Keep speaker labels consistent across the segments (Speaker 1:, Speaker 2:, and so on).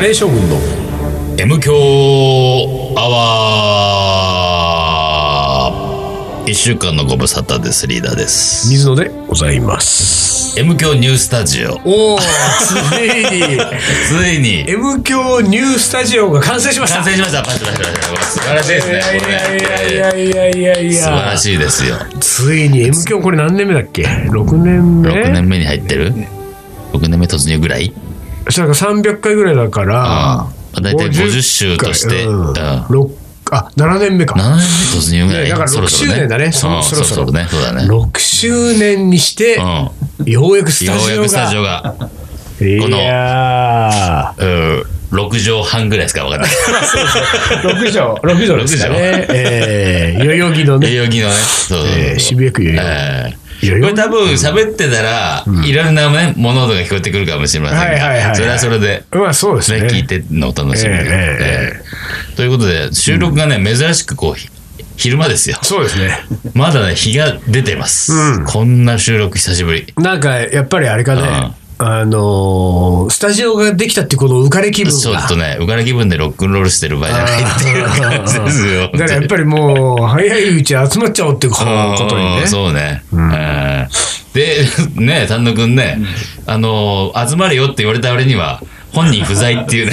Speaker 1: レー将軍の
Speaker 2: M 強アワー一週間のご無沙汰ですリーダーです
Speaker 1: 水野でございます。
Speaker 2: M 強ニュースタジオ
Speaker 1: おお、ついに、
Speaker 2: ついに
Speaker 1: M 強ニュースタジオが完成しました。
Speaker 2: 完成しましたパチパチパチパチ素晴らしいですねこれ
Speaker 1: いやいやいやいやいやい
Speaker 2: 素晴ら
Speaker 1: や。
Speaker 2: しいですよ
Speaker 1: ついに M 強これ何年目だっけ ?6 年目
Speaker 2: 6年目に入ってる6年目突入ぐらい
Speaker 1: そうだから300回ぐらいだから
Speaker 2: あ、あ大体50週とし
Speaker 1: 回
Speaker 2: て、
Speaker 1: うん
Speaker 2: うん7
Speaker 1: 6あ、7年目か。
Speaker 2: 年目突入ぐらい、
Speaker 1: ねだから
Speaker 2: そろそろ
Speaker 1: 6周年だねそ
Speaker 2: うん
Speaker 1: そろ
Speaker 2: そろ
Speaker 1: そ
Speaker 2: そ
Speaker 1: ろ
Speaker 2: ろねそうだね
Speaker 1: 6周年にして
Speaker 2: う、ん
Speaker 1: ようやくス
Speaker 2: よ
Speaker 1: タ
Speaker 2: う
Speaker 1: ジ
Speaker 2: や
Speaker 1: オ
Speaker 2: くスタジ
Speaker 1: が。
Speaker 2: オが
Speaker 1: いや
Speaker 2: うん6畳半ぐらいですか分かんない
Speaker 1: ー、6畳、6畳ですかね。えー、代々木のね、
Speaker 2: 代々木のね。そうそうそう
Speaker 1: えー渋谷区代々木。
Speaker 2: え
Speaker 1: いや
Speaker 2: ーこれ多分喋ってたら、いろんなね、物音が聞こえてくるかもしれませんが、
Speaker 1: はいはいはいはい
Speaker 2: それはそれで、
Speaker 1: まあそうです
Speaker 2: ね、
Speaker 1: ね。
Speaker 2: 聞いてのお楽しみで、
Speaker 1: えええ
Speaker 2: えーということで、収録がね、珍しくこう、ひ昼間ですよ。
Speaker 1: そうですね。
Speaker 2: まだね、日が出てます。
Speaker 1: うん
Speaker 2: こんな収録久しぶり。
Speaker 1: なんかやっぱりあれかね、あのースタジオができたっていうこの浮かれ気分
Speaker 2: ちょ
Speaker 1: が。
Speaker 2: っとね、浮かれ気分でロックンロールしてる場合じゃないっていう感じですよ。
Speaker 1: だからやっぱりもう早いうち集まっちゃおうっていうこ
Speaker 2: うん
Speaker 1: とにね。
Speaker 2: そうね。えーで、ね、丹野くんね、あのー、集まれよって言われた割には、本人不在っていうね、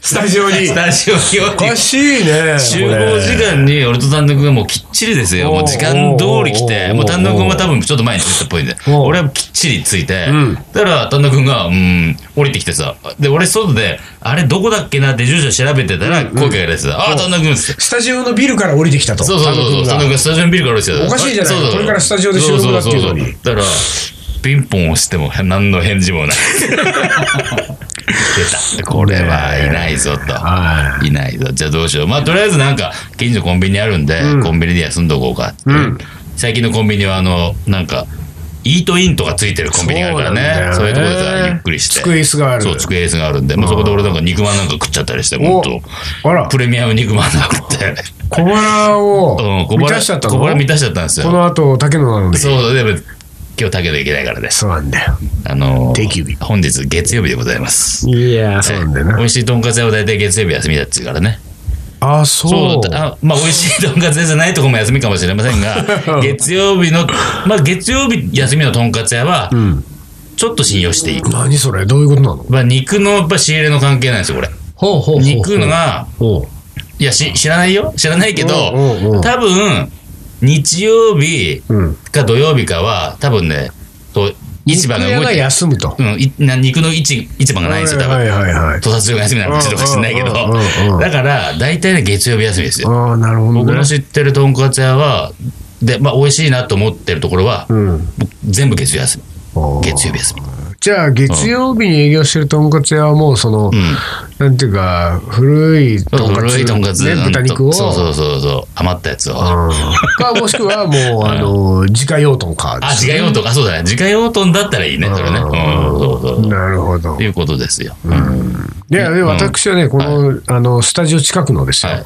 Speaker 1: スタジオに。
Speaker 2: スタジオ
Speaker 1: お
Speaker 2: に
Speaker 1: かしいね。
Speaker 2: 集合時間に俺と丹野くんがもうきっちりですよ。
Speaker 1: おー
Speaker 2: もう時間通り来て、
Speaker 1: おー
Speaker 2: もう丹野くんは多分ちょっと前に着いたっぽいんで、
Speaker 1: おー
Speaker 2: 俺はきっちり着いて
Speaker 1: ん、
Speaker 2: だから丹野くんが、うん、降りてきてさ、で、俺外で、あれどこだっけなって住所調べてたら、声かけられてさ、あー、丹野くんっつって。
Speaker 1: スタジオのビルから降りてきたと。
Speaker 2: そうそうそうそう。
Speaker 1: 田
Speaker 2: 田
Speaker 1: 野君が
Speaker 2: 中君スタジオのビルから落ちてた。
Speaker 1: おかしいじゃない
Speaker 2: そうそうそう
Speaker 1: これからスタジオで収録だっていうのに
Speaker 2: そそそだから、ピンポン押しても何の返事もない。出た。これはいないぞ
Speaker 1: は
Speaker 2: と。いないぞ。じゃあどうしよう。まあとりあえずなんか、近所コンビニあるんで、コンビニで休んどこうかって、最近のコンビニはあの、なんか、イートインとかついてるコンビニがあるからね。そう,、いうところでさ、ゆっくりして。
Speaker 1: 机椅子がある。
Speaker 2: そう、机椅子があるんで、まあ、そこで俺なんか肉まんなんか食っちゃったりして、
Speaker 1: お
Speaker 2: 本当
Speaker 1: あら
Speaker 2: プ、レミアム肉まんなくて。
Speaker 1: 小腹を
Speaker 2: うん、小
Speaker 1: 満
Speaker 2: 腹
Speaker 1: たしちゃったの
Speaker 2: 小腹満
Speaker 1: こ
Speaker 2: たしちゃったんですよ。
Speaker 1: の後、竹野なので。
Speaker 2: そう、でも、今日竹でいけないからです。
Speaker 1: そうなんだよ。
Speaker 2: あのー
Speaker 1: 定休日
Speaker 2: 本日月曜日でございます。
Speaker 1: いやー、そうなんだよ
Speaker 2: はい美
Speaker 1: な。
Speaker 2: 味しいとんかつ屋は大体月曜日休みだっつうからね。
Speaker 1: あ、そう。
Speaker 2: そうあまあ、美味しいとんかつ屋じゃないとこも休みかもしれません が、月曜日の、まあ、月曜日休みのとんかつ屋は、ちょっと信用していい。
Speaker 1: 何それどういうことなの
Speaker 2: まあ、肉のやっぱ仕入れの関係なんですよ、これ。
Speaker 1: ほうほう
Speaker 2: 肉のが、いや、し知らないよ。知らないけど、
Speaker 1: うんうんうん
Speaker 2: 多分、日曜日
Speaker 1: うん
Speaker 2: か土曜日かは、多分ね、そう市場が動いてる、
Speaker 1: 休むと。
Speaker 2: うん、いな肉の市市場がないんですよ、多
Speaker 1: は
Speaker 2: 分。
Speaker 1: いはいはい。
Speaker 2: 土佐中が休みなのかちょっと知んないけど
Speaker 1: うんうんうんうん。
Speaker 2: だから、大体ね、月曜日休みですよ。
Speaker 1: ああ、なるほど
Speaker 2: 僕
Speaker 1: ね
Speaker 2: の。知ってるとんかつ屋は、で、まあ、美味しいなと思ってるところは、
Speaker 1: うん。
Speaker 2: 全部月曜休み。
Speaker 1: あー
Speaker 2: 月曜日休み。
Speaker 1: じゃあ、月曜日に営業してるとんかつ屋はもう、その、なんていうか、古いとんかつ。
Speaker 2: 古いとんかつ、
Speaker 1: ね、豚肉を。
Speaker 2: そうそうそうそう、余ったやつを。
Speaker 1: うんか、もしくはもう、あの、自家用とんか。
Speaker 2: あ、自家用トンか、そうだね。自家用トンだったらいいね、それね。うん、そうそう。
Speaker 1: なるほど
Speaker 2: と。いうことですよ。うん
Speaker 1: いや、で、私はね、この、あの、スタジオ近くのですよ、
Speaker 2: はい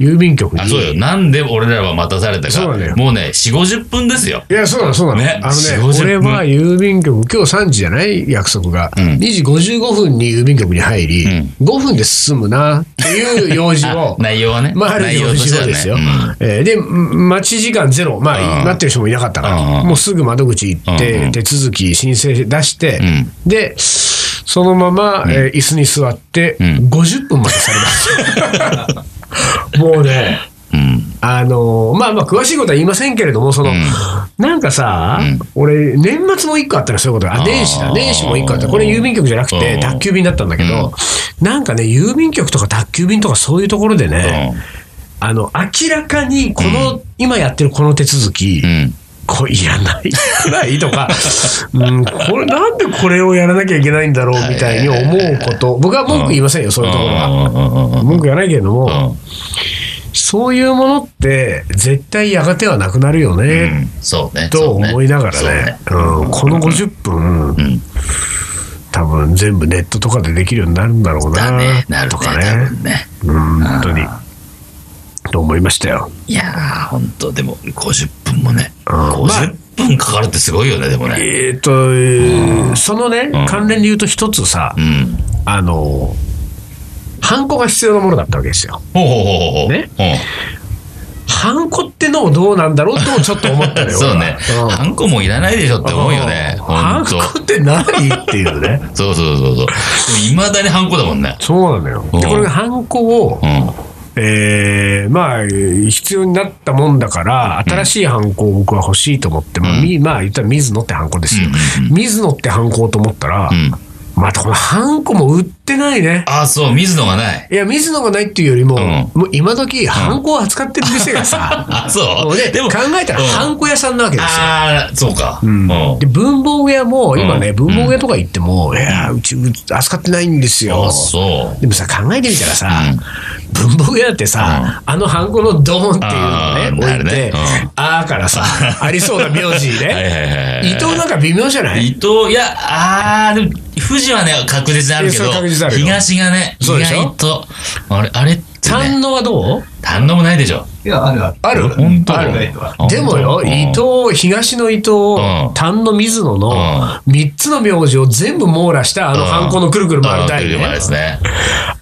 Speaker 1: 郵便局に。
Speaker 2: あ、そうよ。なんで俺らは待たされた
Speaker 1: そうだね
Speaker 2: か。もうね、4、50分ですよ。
Speaker 1: いや、そうなの、そうなの。
Speaker 2: ね
Speaker 1: あ
Speaker 2: 4
Speaker 1: のね、
Speaker 2: 50。
Speaker 1: 俺は郵便局、今日3時じゃない約束が。2時55分に郵便局に入り、5分で進むなっていう用事を
Speaker 2: 内容はね。
Speaker 1: まあ、ある
Speaker 2: 内
Speaker 1: 用
Speaker 2: 容とし
Speaker 1: 事
Speaker 2: て
Speaker 1: を
Speaker 2: は
Speaker 1: で
Speaker 2: ね
Speaker 1: すよ。
Speaker 2: うん
Speaker 1: えーで、待ち時間ゼロ。まあ、
Speaker 2: うん
Speaker 1: 待ってる人もいなかったか
Speaker 2: うん
Speaker 1: ら、
Speaker 2: うん
Speaker 1: もうすぐ窓口行っ
Speaker 2: うんう
Speaker 1: て、
Speaker 2: ん
Speaker 1: 手続き申請出して、
Speaker 2: ん
Speaker 1: で、そのまま、えー椅子に座って、
Speaker 2: ん
Speaker 1: 50分までされました。 もうね、
Speaker 2: うん。
Speaker 1: あのーまあまあ詳しいことは言いませんけれども、その、なんかさ、俺、年末も一個あったらそういうことが、あ、
Speaker 2: あー
Speaker 1: 年始だ、年始も一個あった。これ郵便局じゃなくて
Speaker 2: う、ん
Speaker 1: 宅急便だったんだけど、なんかね、郵便局とか宅急便とかそういうところでね、あの、明らかに、この、今やってるこの手続き、
Speaker 2: うん。
Speaker 1: これいらないくらいとか、 うん、これ、なんでこれをやらなきゃいけないんだろうみたいに思うこと、僕は文句言いませんよ、そういうところは。
Speaker 2: うん
Speaker 1: 文句言わないけれども、
Speaker 2: うん
Speaker 1: そういうものって絶対やがてはなくなるよ
Speaker 2: う
Speaker 1: ね、
Speaker 2: んそうね。
Speaker 1: と
Speaker 2: そうね
Speaker 1: 思いながら
Speaker 2: そう
Speaker 1: ねうん、この50分、
Speaker 2: ん
Speaker 1: 多分全部ネットとかでできるようになるんだろうな
Speaker 2: だね。なる
Speaker 1: と
Speaker 2: ね
Speaker 1: か
Speaker 2: 多
Speaker 1: ね
Speaker 2: 分ね。
Speaker 1: うん本当にと思いましたよ。
Speaker 2: いやー、本当でも、50分もね。
Speaker 1: ん
Speaker 2: 50分かかるってすごいよね、でもね。
Speaker 1: えーっと、えーそのね、関連で言うと一つさ、
Speaker 2: うん。
Speaker 1: あの、ハンコが必要なものだったわけですよ。
Speaker 2: ほうほうほうほう。
Speaker 1: ねハンコってのどうなんだろうとちょっと思った
Speaker 2: う
Speaker 1: の
Speaker 2: ん。
Speaker 1: よ。
Speaker 2: そうね。
Speaker 1: 俺は
Speaker 2: ハンコもいらないでしょって思うよね。
Speaker 1: ハン
Speaker 2: 本当。
Speaker 1: コって何っていうね。
Speaker 2: そうそうそうそう。いまだにハンコだもんね。
Speaker 1: そうなのよ。
Speaker 2: うん
Speaker 1: で、これがハンコを
Speaker 2: う、ん。
Speaker 1: えーまあ、必要になったもんだから、新しいハンコを僕は欲しいと思って、まあ、みまあ、言ったら水野ってハンコですよ。水野ってハンコをと思ったら、
Speaker 2: うん。
Speaker 1: またこのハンコも売ってないね。
Speaker 2: あ、そう、水野がない。
Speaker 1: いや、水野がないっていうよりも、
Speaker 2: う
Speaker 1: もう今時、ハンコを扱ってる店が さ、
Speaker 2: あ、そ
Speaker 1: もう
Speaker 2: う。
Speaker 1: ね、
Speaker 2: でも、
Speaker 1: 考えたら
Speaker 2: うん
Speaker 1: ハンコ屋さんなわけですよ。
Speaker 2: ああ、そうか。うん。あ
Speaker 1: で、文房具屋も、今ね、
Speaker 2: うん
Speaker 1: 文房具屋とか行っても、いや、うちう扱ってないんですよ。
Speaker 2: そう。
Speaker 1: でもさ、考えてみたらさ、文房具屋だってさ、あのハンコのドーンっていうのをね、
Speaker 2: あー
Speaker 1: 置
Speaker 2: なる
Speaker 1: いて
Speaker 2: ね、
Speaker 1: あー からさ、ありそうな名字
Speaker 2: はいはい
Speaker 1: ね。
Speaker 2: はいはい。
Speaker 1: 伊藤なんか微妙じゃない
Speaker 2: 伊藤、いや、あー、でも、富士はね、確実にあるけ
Speaker 1: いや
Speaker 2: ど、
Speaker 1: それ確実あるよ
Speaker 2: 東がね、意
Speaker 1: そうでしょ
Speaker 2: 外と、あれ、あれってね、
Speaker 1: 丹野はどう
Speaker 2: 単能もないでしょ。
Speaker 3: いや、あるある。
Speaker 1: ある
Speaker 2: 本当
Speaker 3: あるないわ
Speaker 1: でもよ、
Speaker 2: うん
Speaker 1: 伊藤、東の伊藤
Speaker 2: ん、
Speaker 1: 丹野水野の
Speaker 2: う
Speaker 1: 3つの名字を全部網羅したあのハンコのくるくる回るタイ
Speaker 2: うん
Speaker 1: プ
Speaker 2: 車で
Speaker 1: ね。
Speaker 2: すね。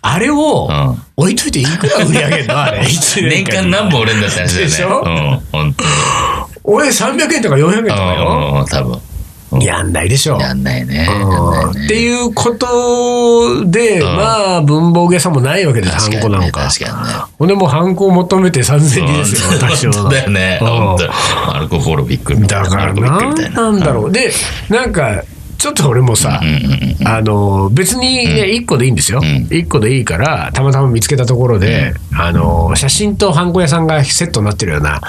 Speaker 1: あれを
Speaker 2: うん
Speaker 1: 置いといていくら売り上げるのあれ。一
Speaker 2: 年間何本売れんだって話だよね。
Speaker 1: でしょ
Speaker 2: うん、本当に。
Speaker 1: 俺300円とか400円とかよ。
Speaker 2: うん、多分。
Speaker 1: やんないでしょ。
Speaker 2: やんないね。やんないね
Speaker 1: っていうことで、
Speaker 2: ん
Speaker 1: まあ、文房具屋さんもないわけです、ハ
Speaker 2: 確か
Speaker 1: ン
Speaker 2: に
Speaker 1: コなん
Speaker 2: ね
Speaker 1: か。
Speaker 2: 確かにね。
Speaker 1: ほんでもうハンコを求めて3000人ですよ、私
Speaker 2: 本当
Speaker 1: は。
Speaker 2: だよね。
Speaker 1: うん
Speaker 2: 本当。マルコ・ポーロビックみたい
Speaker 1: だ
Speaker 2: な。
Speaker 1: から、
Speaker 2: マルコビックみた
Speaker 1: ないんなんだろう。で、なんか、ちょっと俺もさ、あの、別にね、1個でいいんですよ。
Speaker 2: ん
Speaker 1: 1個でいいから、たまたま見つけたところで、あの、写真とハンコ屋さんがセットになってるような、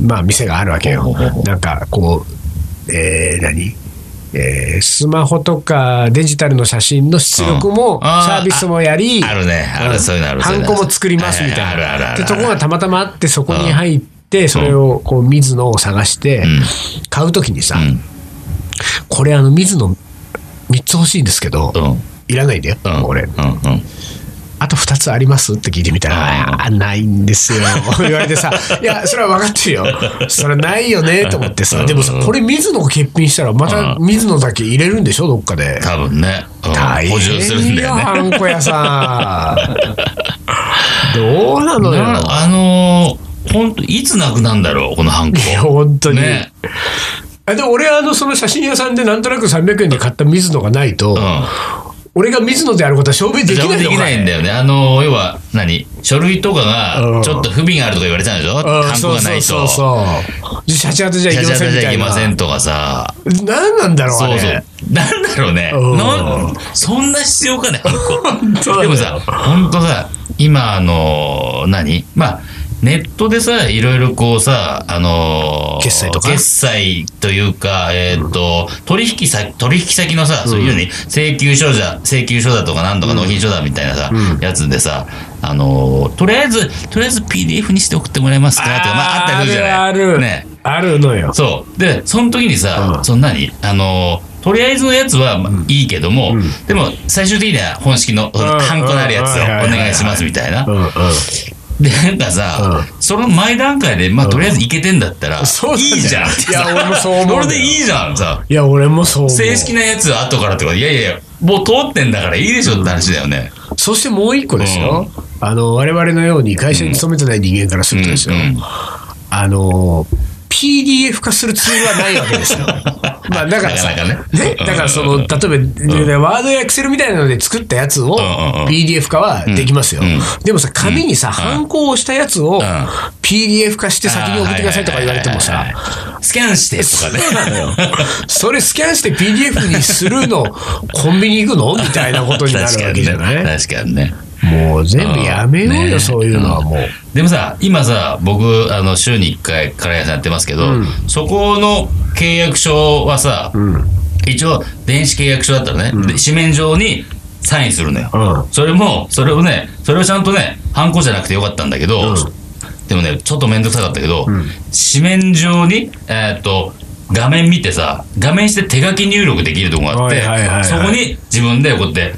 Speaker 1: まあ、店があるわけ
Speaker 2: ほう
Speaker 1: よ
Speaker 2: ほうほ。
Speaker 1: なんか、こう、えー、何えースマホとかデジタルの写真の出力も
Speaker 2: うんあー
Speaker 1: サービスもやり、
Speaker 2: あるね。あ
Speaker 1: うん
Speaker 2: る、そういうのある。
Speaker 1: ハンコも作りますみたいな。
Speaker 2: はいはいあるあるあ
Speaker 1: っ
Speaker 2: る。
Speaker 1: てとこがたまたまあって、そこに入って、それをこう、水野を探して、買うときにさ、
Speaker 2: ん
Speaker 1: これあの、水野3つ欲しいんですけど、
Speaker 2: うん。
Speaker 1: いらないんだよ、
Speaker 2: うん。
Speaker 1: 俺
Speaker 2: うん。うん。
Speaker 1: あと2つありますって聞いてみたら、
Speaker 2: うん
Speaker 1: あーないんです よ。言われてさ、いや、それは分かってるよ。それはないよね、と思ってさ、でもさ、これ水野を欠品したら、また水野だけ入れるんでしょ、どっかで。
Speaker 2: 多分ね。うん
Speaker 1: 大
Speaker 2: 補充するん
Speaker 1: 変
Speaker 2: だ
Speaker 1: よ、
Speaker 2: よね。
Speaker 1: ハンコ屋さ ん。どうなのよ。
Speaker 2: なあのー、本当いつなくなんだろう、このハンコ。
Speaker 1: いや、本当に。
Speaker 2: ね。
Speaker 1: えでも俺はあのその写真屋さんでなんとなく300円で買った水野がないと、
Speaker 2: うん。
Speaker 1: 俺が水野であることは証明でき
Speaker 2: でき
Speaker 1: ない
Speaker 2: で
Speaker 1: の
Speaker 2: き
Speaker 1: か
Speaker 2: ないんだよね。あの、要は、何書類とかが、ちょっと不備があるとか言われてたんでし
Speaker 1: う
Speaker 2: ょ
Speaker 1: ん
Speaker 2: ハンコがないと。
Speaker 1: そうそうそう。シャチハタじゃい
Speaker 2: じゃ
Speaker 1: け
Speaker 2: じ
Speaker 1: ま
Speaker 2: ゃじ
Speaker 1: せんみ
Speaker 2: ゃじゃ
Speaker 1: た
Speaker 2: い
Speaker 1: い
Speaker 2: け
Speaker 1: な
Speaker 2: ま。せんとかさ。
Speaker 1: 何なんだろうあ
Speaker 2: そう
Speaker 1: れ。
Speaker 2: そう。なんだろうね。
Speaker 1: うん
Speaker 2: なんそんな必要かね、ハ ン
Speaker 1: 当だよ
Speaker 2: コ。でもさ、ほんとさ、今、あの、何まあ、ネットでさ、いろいろこうさ、あの
Speaker 1: 決済とか
Speaker 2: 決済というか、えっ、と、取引先、取引先のさ、そういうに、請求書じゃ、請求書だとか、なんとか納品書だみたいなさ、やつでさ、あの、とりあえず、とりあえず PDF にして送ってもらえますかとか、まあ、あったりするじゃない。
Speaker 1: あるある。
Speaker 2: ね。
Speaker 1: あるのよ。
Speaker 2: そう。で、その時にさ、
Speaker 1: うん
Speaker 2: そんなに、あのー、とりあえずのやつはまあいいけども、でも最終的には本式の、その
Speaker 1: うん
Speaker 2: ハンコのあるやつを
Speaker 1: うんはいはいはい
Speaker 2: お願いしますみたいな
Speaker 1: う。んうん。
Speaker 2: で、なんかさ、その前段階で、まあとりあえずいけてんだったら、いい
Speaker 1: そうなんだよ
Speaker 2: じゃんってさ。
Speaker 1: いや俺もそう思うんだよ
Speaker 2: それでいいじゃんさ。
Speaker 1: いや、俺もそう思う。
Speaker 2: 正式なやつは後からってこといやいやいや、もう通ってんだからいいでしょって話だよね。
Speaker 1: そしてもう一個ですよ。あの、我々のように会社に勤めてない人間からするとですよ。
Speaker 2: うんうん
Speaker 1: あの、PDF 化するツールはないわけ ですよ。まあ、だからさ、
Speaker 2: な
Speaker 1: ね
Speaker 2: かなかね
Speaker 1: だからその、例えば、ワードやエクセルみたいなので作ったやつを
Speaker 2: んうんうん
Speaker 1: PDF 化はできますよ。
Speaker 2: うんうん
Speaker 1: でもさ、紙にさ、ハンコをしたやつを
Speaker 2: ん
Speaker 1: PDF 化して先に送ってくださいとか言われても
Speaker 2: は
Speaker 1: さ
Speaker 2: いはい、はいはい、スキャンしてとかね。
Speaker 1: それスキャンして PDF にするの、コンビニ行くのみたいなことにな
Speaker 2: 確
Speaker 1: る
Speaker 2: か
Speaker 1: わ
Speaker 2: に
Speaker 1: けじゃない
Speaker 2: ね。確かにね。
Speaker 1: もう全部やめよう
Speaker 2: うん
Speaker 1: よ、
Speaker 2: ね
Speaker 1: そういうのはもう。
Speaker 2: でもさ今さ僕あの週に1回カレー屋さんやってますけど、そこの契約書はさ、一応電子契約書だったらね、で紙面上にサインするのよ、
Speaker 1: うん
Speaker 2: それもそれをねそれをちゃんとねハンコじゃなくてよかったんだけど、でもねちょっと面倒くさかったけど、紙面上にえーっと画面見てさ画面して手書き入力できるとこがあって、
Speaker 1: はいはいはいはい
Speaker 2: そこに自分でこうやって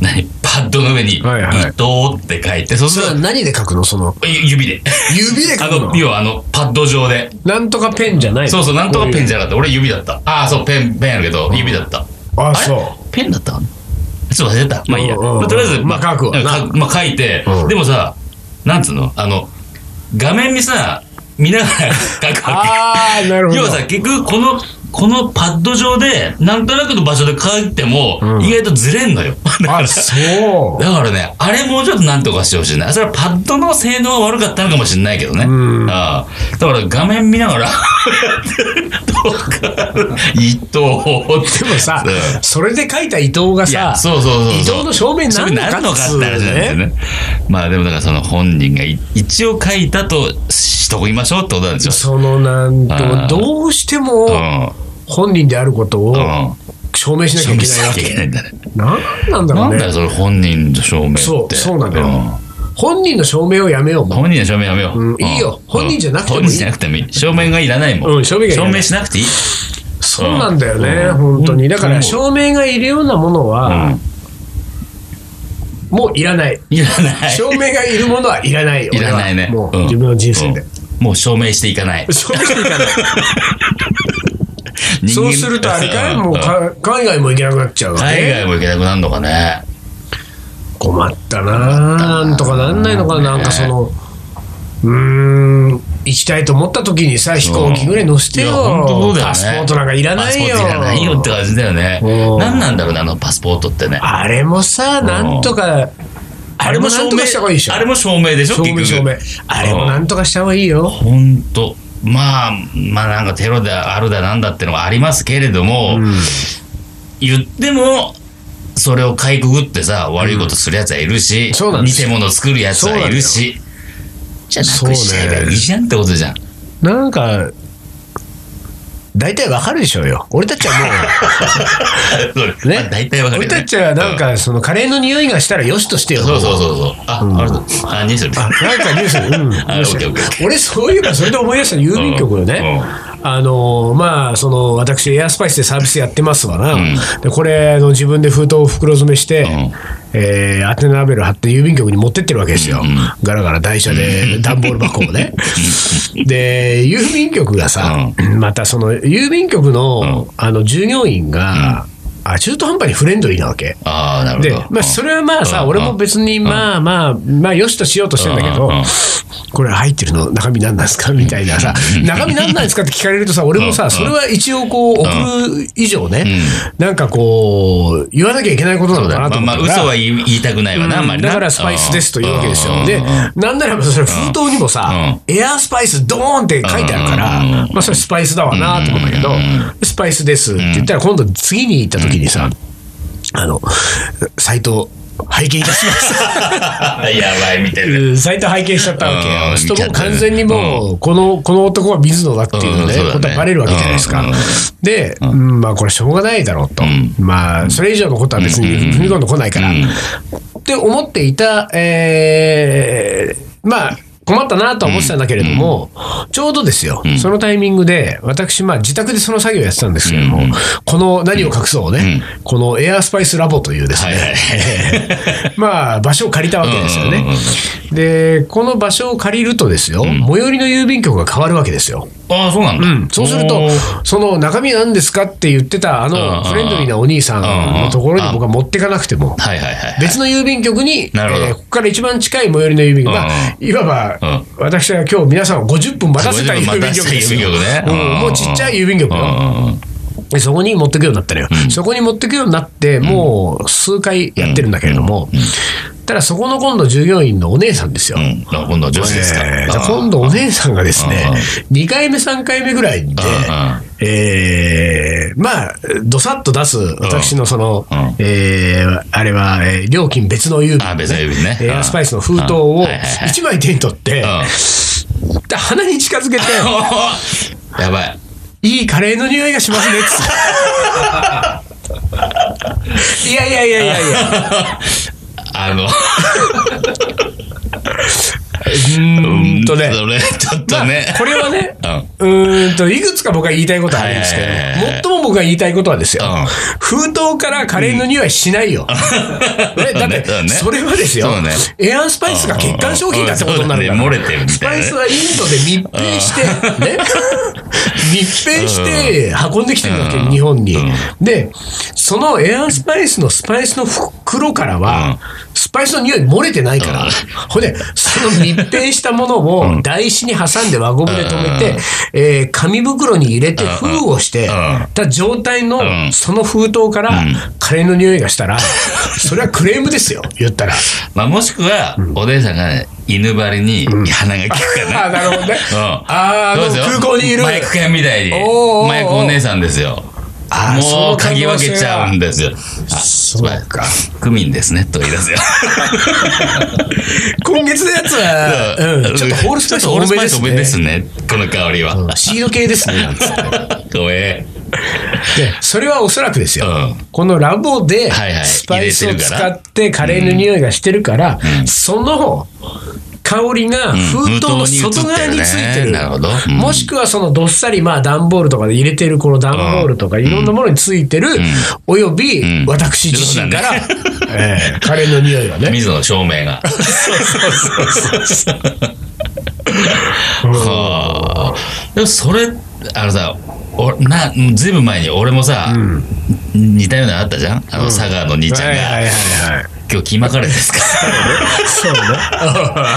Speaker 2: 何パッドの上に「伊
Speaker 1: はいはい
Speaker 2: 藤」って書いてそうす
Speaker 1: そ
Speaker 2: る
Speaker 1: れは
Speaker 2: と
Speaker 1: 何で書くのその、
Speaker 2: 指で。
Speaker 1: 指で書
Speaker 2: あ
Speaker 1: くの
Speaker 2: の、要はあの、パッド上で。
Speaker 1: なんとかペンじゃないの
Speaker 2: そうそう、なんとかペン
Speaker 1: こ
Speaker 2: じゃなかった。俺指だった。ああ、そう、ペン、ペンやるけど、指だった。
Speaker 1: ういうあ、
Speaker 2: あれ
Speaker 1: そ
Speaker 2: ペンだったそう忘れた。まあいいや。
Speaker 1: うんうんうん
Speaker 2: まあ、とりあえず、
Speaker 1: まあ書くわな
Speaker 2: かまあ書いて、
Speaker 1: うん
Speaker 2: でもさ、なんつうのあの、画面にさ、見ながら書くわ
Speaker 1: ああ、なる
Speaker 2: け。
Speaker 1: ほ
Speaker 2: 要
Speaker 1: ど
Speaker 2: は。さ、結局、この、このパッド上で、なんとなくの場所で書いても、
Speaker 1: うん
Speaker 2: 意外とずれんのよ。だから
Speaker 1: あ、そ
Speaker 2: だからね、あれもうちょっとなんとかしてほしいな。それはパッドの性能は悪かったのかもしれないけどね。
Speaker 1: ん
Speaker 2: ああだから画面見ながら、 どうか、 伊藤っ
Speaker 1: う。
Speaker 2: て
Speaker 1: でも さ
Speaker 2: うん、
Speaker 1: それで書いた伊藤が
Speaker 2: い
Speaker 1: さ
Speaker 2: や、、そうそうそうそう。
Speaker 1: 伊藤の正面なんのか
Speaker 2: 正面のか
Speaker 1: っ
Speaker 2: っ
Speaker 1: つう
Speaker 2: て
Speaker 1: ね
Speaker 2: 話なんですよね。まあでもだからその本人がい一応書いたとしときましょうってことなんですよ。
Speaker 1: そのなん
Speaker 2: あー
Speaker 1: と、どうして
Speaker 2: う
Speaker 1: も
Speaker 2: ん。
Speaker 1: 本人であることを
Speaker 2: うん。
Speaker 1: 証明しなきゃいけないわ
Speaker 2: いけない
Speaker 1: け。
Speaker 2: んだね。
Speaker 1: なんなんだろ
Speaker 2: な
Speaker 1: うん
Speaker 2: だ
Speaker 1: ね
Speaker 2: よ、。それ本人の証明って。
Speaker 1: そう、そうなんだよ。本人の証明をやめよう
Speaker 2: うん
Speaker 1: もう。
Speaker 2: 本人の証明やめよう。
Speaker 1: うんいいよ本人じゃなくてもいい
Speaker 2: 本人じゃなくてもいい。証明がいらないもん。
Speaker 1: うん証明がいらない
Speaker 2: しなくていい。
Speaker 1: そうなんだよね、
Speaker 2: うん
Speaker 1: 本当に。だから、
Speaker 2: うん
Speaker 1: 証明がいるようなものは、
Speaker 2: う
Speaker 1: もういらない。
Speaker 2: ん。いらない。
Speaker 1: 証明がいるものはいらないよ。
Speaker 2: いらないね。
Speaker 1: 俺はもう、
Speaker 2: ん
Speaker 1: 自分の人生で。
Speaker 2: うんもう証明していかない。
Speaker 1: 証明していかない。
Speaker 2: 人
Speaker 1: そ
Speaker 2: 間
Speaker 1: うするとあれかい、
Speaker 2: ん
Speaker 1: もうか海外も行けなくなっちゃうわ
Speaker 2: 海
Speaker 1: ね。
Speaker 2: 外も行けなくなるのかね。
Speaker 1: 困ったなぁ。なんとかなんないのかな、な
Speaker 2: ね
Speaker 1: んかその、うーん、行きたいと思った時にさ、飛行機ぐらい乗せてよ。
Speaker 2: いや本当そうだよね。
Speaker 1: パスポートなんかいらないよ。
Speaker 2: パスポートいらないよって感じだよね。
Speaker 1: うん
Speaker 2: 何なんだろうね、あのパスポートってね。
Speaker 1: あれもさ、
Speaker 2: ん
Speaker 1: なんとか、あれもなんとかした方がいいでしょ。
Speaker 2: あれも証明でしょ、
Speaker 1: 証明
Speaker 2: 結
Speaker 1: 証
Speaker 2: 局
Speaker 1: 明。あれもな
Speaker 2: うん
Speaker 1: とかした方がいいよ。
Speaker 2: ほんと。まあ、まあなんかテロであるだなんだってのはありますけれども、言っても、それをかいくぐってさ、悪いことするやつはいるし、
Speaker 1: そうなんです
Speaker 2: 偽物作るやつはいるし、じゃあなくしちゃえばいいじゃんってことじゃん。
Speaker 1: なんか、大体わかるでしょうよ。俺たちは も、
Speaker 2: そうう
Speaker 1: ね
Speaker 2: まあ、大体わかる
Speaker 1: 俺
Speaker 2: よね
Speaker 1: たちはなんか、そのカレーの匂いがしたらよしとしてよ。
Speaker 2: そうそうそうそう。あ、あれだ。あ、ニュースで見た
Speaker 1: あなんかニュース、うんニュ
Speaker 2: あ
Speaker 1: ース
Speaker 2: オッケーオッケーオッ
Speaker 1: 俺そういえばそれで思い出したの郵便局よね、あのまあその私エアスパイスでサービスやってますわな、
Speaker 2: ん
Speaker 1: でこれあの自分で封筒を袋詰めして、
Speaker 2: ん
Speaker 1: えー、宛名ラベル貼って郵便局に持ってってるわけですよ、
Speaker 2: うん
Speaker 1: ガラガラ台車で段ボール箱をねで郵便局がさ、またその郵便局の,、あの従業員が、あ中途半端にフレンドリーなわけ、
Speaker 2: ああ、な
Speaker 1: で
Speaker 2: るほど。、
Speaker 1: まあ、それはまあさ、
Speaker 2: うん
Speaker 1: 俺も別に、まあまあ、まあ、よしとしようとしてんだけど
Speaker 2: うんうん、
Speaker 1: これ入ってるの、中身何なんですかみたいなさ、中身何なんですかって聞かれるとさ、俺も
Speaker 2: う
Speaker 1: さ、
Speaker 2: ん
Speaker 1: それは一応こう、送る以上ね、なんかこう、言わなきゃいけないことな
Speaker 2: そ
Speaker 1: の
Speaker 2: う
Speaker 1: か
Speaker 2: だ
Speaker 1: なと
Speaker 2: まあ
Speaker 1: 思
Speaker 2: ま
Speaker 1: った
Speaker 2: あ、嘘
Speaker 1: から
Speaker 2: は言い言いたくないわな、あんま
Speaker 1: うん
Speaker 2: りな
Speaker 1: だからスパイスですというわけです
Speaker 2: う
Speaker 1: よ。
Speaker 2: ん
Speaker 1: で
Speaker 2: うんうん、
Speaker 1: なんならばそれ封筒にもさ、エアスパイスドーンって書いてあるから
Speaker 2: うんうんうん、
Speaker 1: まあそれスパイスだわなと思うんだけど
Speaker 2: うんうん、
Speaker 1: スパイスですって言ったら今度次に行った時にさ、あの、サイト拝見いたしました。
Speaker 2: やばい、見てる。
Speaker 1: うんサイト拝見しちゃったわけ
Speaker 2: う
Speaker 1: よ。
Speaker 2: ん
Speaker 1: そうするともう
Speaker 2: 見ちゃったね
Speaker 1: 完全にもう、この、この男は水野だっていう
Speaker 2: うんそうだ
Speaker 1: ね、
Speaker 2: ね
Speaker 1: ことはバレるわけじゃないですか
Speaker 2: うん。
Speaker 1: で、うんまあこれしょうがないだろうと
Speaker 2: うん。
Speaker 1: まあ、それ以上のことは別に踏み込んでこないから。って思っていた、えーまあ、困ったなとは思ってたんだけれども、ちょうどですよ、そのタイミングで、私、まあ、自宅でその作業やってたんですけれども、この何を隠そうね、このエアスパイスラボというですね、
Speaker 2: はいはい
Speaker 1: まあ、場所を借りたわけですよ
Speaker 2: うんうんうん
Speaker 1: ね。で、この場所を借りるとですよ、最寄りの郵便局が変わるわけですよ。
Speaker 2: ああ、そうなんだ。
Speaker 1: そうすると
Speaker 2: おー、
Speaker 1: その中身なんですかって言ってた、あ
Speaker 2: うんう
Speaker 1: の、
Speaker 2: ん
Speaker 1: フレンドリーなお兄さんのところに僕は持ってかなくても、
Speaker 2: はいはいはい。
Speaker 1: 別の郵便局に、
Speaker 2: なるほど
Speaker 1: えーここから一番近い最寄りの郵便局、まあいわば、
Speaker 2: うん
Speaker 1: 私は今日皆さんを50分待たせた郵便局ですよ
Speaker 2: 50分待たせた郵便局ね
Speaker 1: うん
Speaker 2: うん
Speaker 1: もうちっちゃい郵便局
Speaker 2: う
Speaker 1: よ
Speaker 2: んうんうん
Speaker 1: でそこに持ってくようになったのよ、そこに持ってくようになって、もう数回やってるんだけれども、ただそこの今度、従業員のお姉さんですよ。
Speaker 2: うん。あ今度は女子ですか。
Speaker 1: えー
Speaker 2: あー
Speaker 1: 今度お姉さんがですね
Speaker 2: うん、
Speaker 1: 2回目、3回目ぐらいで、えーまあ、どさっと出す、私のその、
Speaker 2: うんうん
Speaker 1: えーあれは、えー料金別の郵便、
Speaker 2: あ別の郵便ね
Speaker 1: エアスパイスの封筒を
Speaker 2: うんはいはいはい
Speaker 1: 1枚手に取って、
Speaker 2: うん
Speaker 1: で鼻に近づ けて、
Speaker 2: おー やばい。
Speaker 1: いいカレーの匂いがし ますねっつって。いやいやいやいやいや、
Speaker 2: あの、
Speaker 1: ーんとね
Speaker 2: それ、ちょっとね。
Speaker 1: これ はね、
Speaker 2: うん。
Speaker 1: うーんと、いくつか僕は言いたいことはあるんですけど
Speaker 2: はいはいはいは、い
Speaker 1: 最も僕が言いたいことはですよ
Speaker 2: うん、
Speaker 1: 封筒からカレーの匂いしないよ。ねだっ
Speaker 2: そう
Speaker 1: て、
Speaker 2: ね
Speaker 1: それはですよ
Speaker 2: そうね、
Speaker 1: エアンスパイスが欠陥商品だってことになるんだか
Speaker 2: うんうん
Speaker 1: ら
Speaker 2: うんそうだね漏れてるみ
Speaker 1: スパ
Speaker 2: たい
Speaker 1: イ
Speaker 2: なね
Speaker 1: スはインドで密閉して、ね、 密閉して運んできてるわけ、
Speaker 2: うん
Speaker 1: 日本に
Speaker 2: うん。
Speaker 1: で、そのエアスパイスのスパイスの袋からは、スパイスの匂い漏れてないから
Speaker 2: うん、
Speaker 1: ほんで、その密閉したものを台紙に挟んで輪ゴムで留めて、えー紙袋に入れて封をして
Speaker 2: うん、
Speaker 1: た状態の
Speaker 2: ん
Speaker 1: その封筒から
Speaker 2: ん
Speaker 1: カレーの匂いが したら、それはクレームですよ、言ったら。
Speaker 2: まあ、もしくは、お姉さんがね犬張りに鼻が利く
Speaker 1: あ
Speaker 2: か
Speaker 1: あ、
Speaker 2: な。
Speaker 1: なるほどね。
Speaker 2: うん
Speaker 1: ああ、
Speaker 2: どうですよ
Speaker 1: 空港にいる。
Speaker 2: マイク犬みたいに。
Speaker 1: おーおーおー
Speaker 2: マイクお姉さんですよ。
Speaker 1: あーそ
Speaker 2: も
Speaker 1: の
Speaker 2: う
Speaker 1: 可
Speaker 2: 嗅
Speaker 1: 能性は
Speaker 2: ぎ分けちゃうんですよ。あ、
Speaker 1: そうか。
Speaker 2: クミンですね、と言い出すよ。
Speaker 1: 今月のやつは、うん、ちょっとホールスパイス多めですね。
Speaker 2: ちょっとホールスパイス多めですね、この香りは。
Speaker 1: シード系ですね。なんつって
Speaker 2: ごめ
Speaker 1: で、それはおそらくですよ。
Speaker 2: うん
Speaker 1: このラボで
Speaker 2: はいはい
Speaker 1: スパイスを
Speaker 2: 入れてるか
Speaker 1: 使
Speaker 2: ら
Speaker 1: ってカレーの匂いがしてるから、その香りが封筒の外側についてる。
Speaker 2: うん封筒に移ってるねなるほどうん
Speaker 1: もしくはそのどっさりまあ段ボールとかで入れてるこの段ボールとかいろんなものについてる、および
Speaker 2: うん
Speaker 1: 私自身から、
Speaker 2: そう
Speaker 1: ええカレーの匂いが
Speaker 2: ん。
Speaker 1: ね。
Speaker 2: 水野の照明が。はあでもそれあのさ俺なずいぶん前に俺もさ、似たようなのあったじゃんあの、佐賀の兄ちゃんが、
Speaker 1: はいはいはいはい。
Speaker 2: 今日キーマカレーですか
Speaker 1: そうね。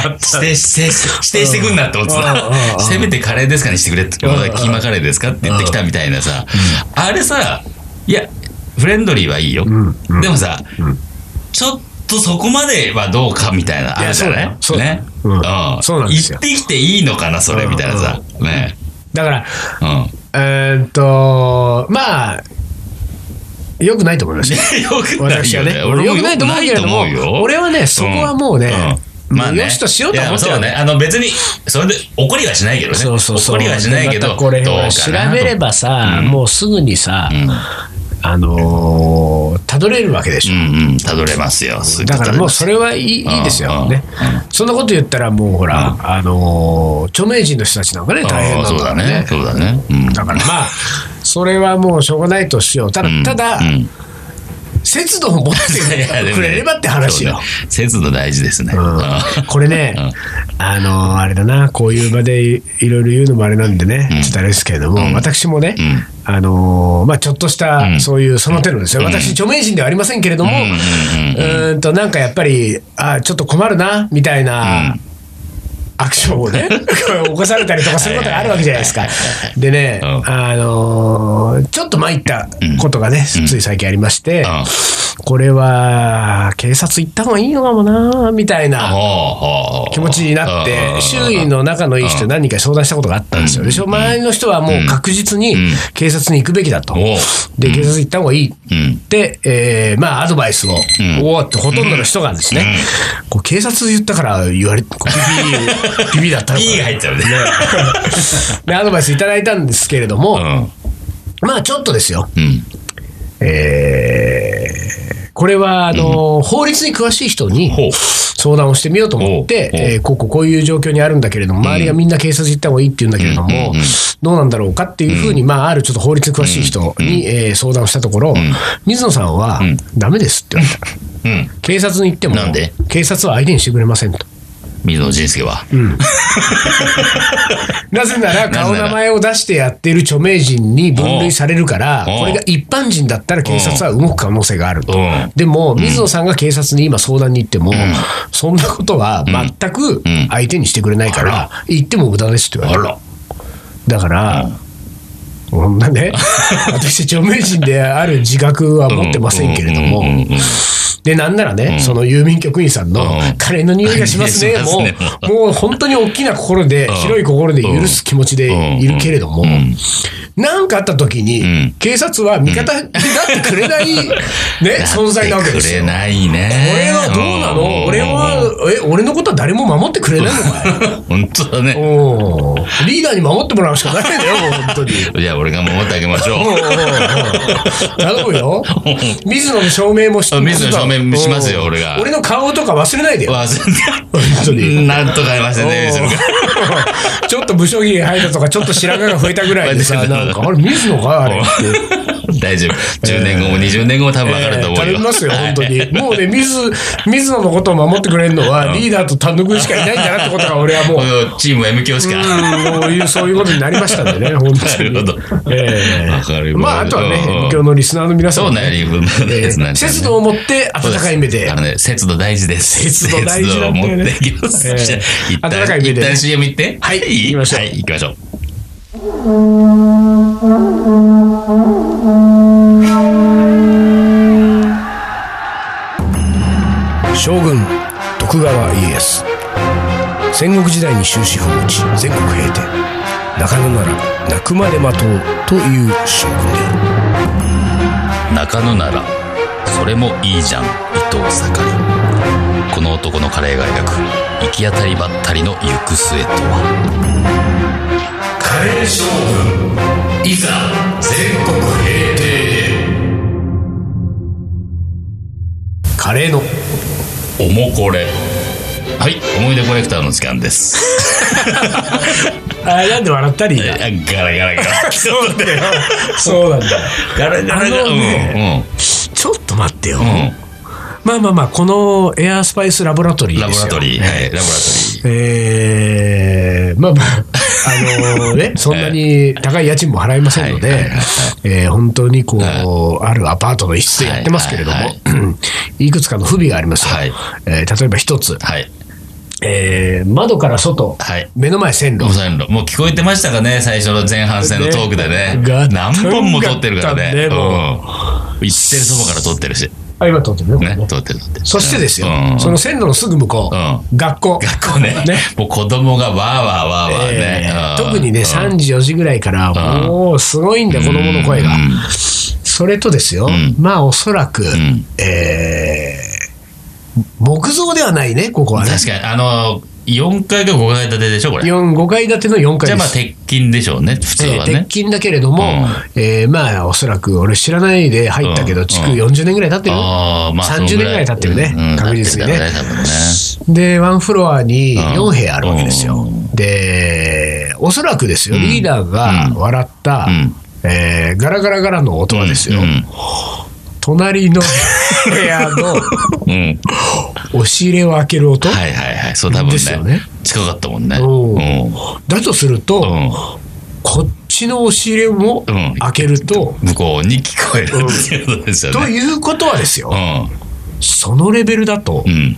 Speaker 2: 指定 して指定してくんなって思って
Speaker 1: うんうんうん
Speaker 2: たせめてカレーですかにしてくれって
Speaker 1: んうん
Speaker 2: キーマカレーですかって言ってきたみたいなさ、あれさいやフレンドリーはいいよ、
Speaker 1: んう
Speaker 2: でもさ、ちょっとそこまではどうかみたいなあるじゃな
Speaker 1: い
Speaker 2: い
Speaker 1: やそうだよ
Speaker 2: ね
Speaker 1: そうだようんそうなんですよ
Speaker 2: 行ってきていいのかなそれみたいなさ、ね
Speaker 1: だから、
Speaker 2: うん
Speaker 1: えーっと、まあ、よくないと思いますよ。
Speaker 2: よくない
Speaker 1: 私は
Speaker 2: よ
Speaker 1: ね。
Speaker 2: ね。
Speaker 1: よくないと思うけれども、俺はね、そこはもうね、まあ、よしとしようと思って
Speaker 2: た
Speaker 1: た
Speaker 2: よ
Speaker 1: よ
Speaker 2: ね。
Speaker 1: ね。
Speaker 2: あの別に、それで怒りはしないけどね。
Speaker 1: そうそうそう。
Speaker 2: 怒りはしないけ
Speaker 1: で
Speaker 2: ど、
Speaker 1: またこれ
Speaker 2: どうかな
Speaker 1: 調べればさ、
Speaker 2: うん
Speaker 1: もうすぐにさ、
Speaker 2: うん
Speaker 1: あのー、たどれるわけでしょ。
Speaker 2: うんうん、たどれますよ。すぐ
Speaker 1: だからもう
Speaker 2: 辿
Speaker 1: それはいい
Speaker 2: うん
Speaker 1: いいですよ、
Speaker 2: うん
Speaker 1: ね、そんなこと言ったらもうほら、あのー著名人の人たちなんかね
Speaker 2: れます
Speaker 1: 大変なんだから
Speaker 2: あ
Speaker 1: ね
Speaker 2: あそうだね。そうだね。うん
Speaker 1: だからまあそれはもうしょうがないとしようただ,、
Speaker 2: うん
Speaker 1: ただ、
Speaker 2: うん
Speaker 1: 節度を持 ってくれればって話よ。
Speaker 2: いやでもね。そうね節度大事ですね。うん
Speaker 1: うんこれね、あのーあれだな、こういう場でいいろいろ言うのもあれなんでね、ちょっとあれですけれども、私もね、あのーまあ、ちょっとした、そういうその手のですよ、私、著名人ではありませんけれども、う
Speaker 2: うん
Speaker 1: ーんと、なんかやっぱり、あーちょっと困るな、みたいな。アクションを ね起こされたりとかすることがあるわけじゃないですか
Speaker 2: はいはいはいは。
Speaker 1: でね、
Speaker 2: うん
Speaker 1: あのーちょっと参ったことがね、つい最近ありまして、
Speaker 2: うん
Speaker 1: これは警察行った方がいいのかもなみたいな
Speaker 2: ほうほう
Speaker 1: 気持ちになっ
Speaker 2: う
Speaker 1: て
Speaker 2: ん
Speaker 1: 周囲の仲のいい人に何人か相談したことがあったんですよ。でしょ周りの人はもう確実に
Speaker 2: ん
Speaker 1: 警察に行くべきだと。
Speaker 2: おう
Speaker 1: で警察行った方がいい
Speaker 2: う
Speaker 1: っ
Speaker 2: ん
Speaker 1: て、えーまあアドバイスを、おーってほとんどの人がですね、こう警察言ったから言われこうビビビビだったのかな
Speaker 2: P が入っちゃうね。
Speaker 1: でアドバイスいただいたんですけれども、
Speaker 2: うん
Speaker 1: まあちょっとですよ、
Speaker 2: うん。
Speaker 1: えーこれはあの、法律に詳しい人に
Speaker 2: ほう
Speaker 1: 相談をしてみようと思って、
Speaker 2: ほう
Speaker 1: えーこうこうこういう状況にあるんだけれども、周りがみんな警察行った方がいいって言うんだけれども、
Speaker 2: うんうんうん
Speaker 1: どうなんだろうかっていうふうに、まあ、あるちょっと法律に詳しい人に、えー相談をしたところ、水野さんは、ダメですって言われた。
Speaker 2: うん。
Speaker 1: 警察に行っても
Speaker 2: なんで、
Speaker 1: 警察は相手にしてくれませんと。
Speaker 2: 水野仁介は。
Speaker 1: なぜなら、
Speaker 2: なぜなら
Speaker 1: 顔名前を出してやっている著名人に分類されるから、
Speaker 2: おうおう
Speaker 1: これが一般人だったら警察は動く可能性があると
Speaker 2: うん。
Speaker 1: でも、水野さんが警察に今相談に行っても、そんなことは全く
Speaker 2: ん
Speaker 1: 相手にしてくれないから、行っても無駄ですって言わ
Speaker 2: あ
Speaker 1: れる。
Speaker 2: ら。
Speaker 1: だから、こんな ね、私、著名人である自覚は持ってませんけれども
Speaker 2: うんうんうんうん、
Speaker 1: で、なんならね、その郵便局員さんの
Speaker 2: うん、
Speaker 1: カレーの匂いがし ますね、
Speaker 2: しますね
Speaker 1: もう、もう本当に大きな心で、
Speaker 2: ん
Speaker 1: 広い心で許す気持ちでいるけれども
Speaker 2: うんうん、
Speaker 1: なんかあった時
Speaker 2: うん
Speaker 1: に、警察は味方になってくれ ない、ね、存在なわけですよ
Speaker 2: くれ。ないね。
Speaker 1: 俺はどうなの俺は、え、俺のことは誰も守ってくれないのかい
Speaker 2: 本当だね。
Speaker 1: おーリーダーに守ってもらうしかないんだよ、もう本当に。
Speaker 2: じゃあ俺が守ってあげましょう。
Speaker 1: 頼むよ。水野の証明もし
Speaker 2: あ水野の証明しますよ
Speaker 1: うん
Speaker 2: 俺が
Speaker 1: 俺の顔とか忘れないでよ。当
Speaker 2: 忘れ
Speaker 1: に
Speaker 2: た。なんとかいましたね、水野が。
Speaker 1: ちょっと武将着入ったとか、ちょっと白髪が増えたぐらいでさ、
Speaker 2: 忘れて
Speaker 1: な
Speaker 2: た
Speaker 1: んか、あれ、水野かあれって。
Speaker 2: 大丈夫。10年後も20年後も多分分かると思うよ。
Speaker 1: えー頼みます よ、本当に。もうね、水、水野のことを守ってくれるのは、リーダーと単独しかいないんだなってことが、俺はもう、
Speaker 2: このチーム M 強しか。
Speaker 1: うんもういうそういうことになりましたんでね、本当に。
Speaker 2: なるほど
Speaker 1: ええ
Speaker 2: わかりました
Speaker 1: まあ、あとはね、今日のリスナーの皆さん
Speaker 2: そ
Speaker 1: も
Speaker 2: うね、リーフの
Speaker 1: え
Speaker 2: やつなん
Speaker 1: え
Speaker 2: ですよね
Speaker 1: 節度を持って温かい目で
Speaker 2: あ。のね、節度大事です。
Speaker 1: 節度大事なんだよね
Speaker 2: 節度を持っていきます。
Speaker 1: ええ
Speaker 2: じゃあ一旦
Speaker 1: 温かい目で
Speaker 2: 一旦 CM 行って。はい、
Speaker 1: 行きましょう
Speaker 2: はい、行きましょう。
Speaker 1: 将軍徳川家康戦国時代に終止符を打ち全国平定中野なら泣くまで待とうという将軍である
Speaker 2: 中野ならそれもいいじゃん伊藤盛りこの男のカレーが描く行き当たりばったりの行く末とはカレー将軍いざ全国平定
Speaker 1: カレーの
Speaker 2: おもこれはい思い出コレクターの時間です
Speaker 1: あなんで笑ったり
Speaker 2: ガラガラガラそうだよ
Speaker 1: そうなんだ
Speaker 2: ガラガ
Speaker 1: あ
Speaker 2: ラガラ
Speaker 1: のね ちょっと待ってよ、まあまあまあこのエアースパイスラボラト
Speaker 2: う
Speaker 1: リ
Speaker 2: ん、うん、
Speaker 1: ー
Speaker 2: ラ
Speaker 1: で
Speaker 2: ボ
Speaker 1: す
Speaker 2: ラ
Speaker 1: よ
Speaker 2: トリー、はい、ラボラトリー
Speaker 1: えーまあまあ、あ のね、そんなに高い家賃も払いませんの
Speaker 2: はいはい
Speaker 1: で
Speaker 2: はいはい、
Speaker 1: えー本当にこう、あるアパートの一室でやってますけれども
Speaker 2: はいはい、
Speaker 1: いくつかの不備がありますよ
Speaker 2: はい
Speaker 1: えー例えば一つ、
Speaker 2: はい
Speaker 1: えー窓から外
Speaker 2: はい、
Speaker 1: 目の前線
Speaker 2: ロ
Speaker 1: 路。
Speaker 2: サインロもう聞こえてましたかね最初の前半戦のトークでね
Speaker 1: ねガッ
Speaker 2: 何本も撮ってるからね
Speaker 1: ガッタンねもう
Speaker 2: うん、行ってるそばから撮ってるし
Speaker 1: あ、今通ってるねこれ
Speaker 2: ね
Speaker 1: ね。
Speaker 2: 撮ってる撮ってる
Speaker 1: そしてですよ
Speaker 2: うん、
Speaker 1: その線路のすぐ向こ
Speaker 2: う
Speaker 1: う、学校。
Speaker 2: 学校ね
Speaker 1: ね
Speaker 2: もう子供がわーわーわーわー
Speaker 1: え、
Speaker 2: ね
Speaker 1: ー
Speaker 2: うん
Speaker 1: 特にね、
Speaker 2: うん
Speaker 1: 3時、4時ぐらいから、
Speaker 2: うん
Speaker 1: もうすごいんだよ、子供の声が
Speaker 2: うん。
Speaker 1: それとですよ、
Speaker 2: ん
Speaker 1: まあおそらく、
Speaker 2: ん
Speaker 1: えー木造ではないね、ここはね。
Speaker 2: 確かにあの4階か5階建てでしょこれじ
Speaker 1: 4 5階建ての4階
Speaker 2: ゃあ
Speaker 1: で
Speaker 2: まあ
Speaker 1: す。
Speaker 2: 鉄筋でしょうね普通
Speaker 1: えー
Speaker 2: は
Speaker 1: 鉄
Speaker 2: ね
Speaker 1: 筋だけれども、えーまあおそらく俺知らないで入ったけど、
Speaker 2: うん
Speaker 1: 築40年ぐらい経ってるよ、
Speaker 2: あーまあその
Speaker 1: 30年ぐらい経ってるね、
Speaker 2: うんうん
Speaker 1: 確実にね
Speaker 2: 経ってるだろうね
Speaker 1: でワンフロアに
Speaker 2: うん
Speaker 1: 4部屋あるわけですよ、
Speaker 2: う
Speaker 1: でおそらくですよリーダーが笑った、
Speaker 2: うん
Speaker 1: えーガラガラガラの音
Speaker 2: 多
Speaker 1: は
Speaker 2: 分ね
Speaker 1: ですよ、隣の部屋の
Speaker 2: うんうんうん
Speaker 1: 押し入れを開ける音、
Speaker 2: はいはいはいそう多分
Speaker 1: ですよ
Speaker 2: ね
Speaker 1: ね
Speaker 2: 近かったもんね
Speaker 1: おう
Speaker 2: うん
Speaker 1: だとすると、
Speaker 2: うん
Speaker 1: こっちの押し入れも
Speaker 2: うん
Speaker 1: 開けると、
Speaker 2: 向こうに聞こえるっていうことですよ
Speaker 1: と
Speaker 2: ね。
Speaker 1: いうことはですよ、
Speaker 2: う
Speaker 1: そのレベルだと、
Speaker 2: ん、うん、い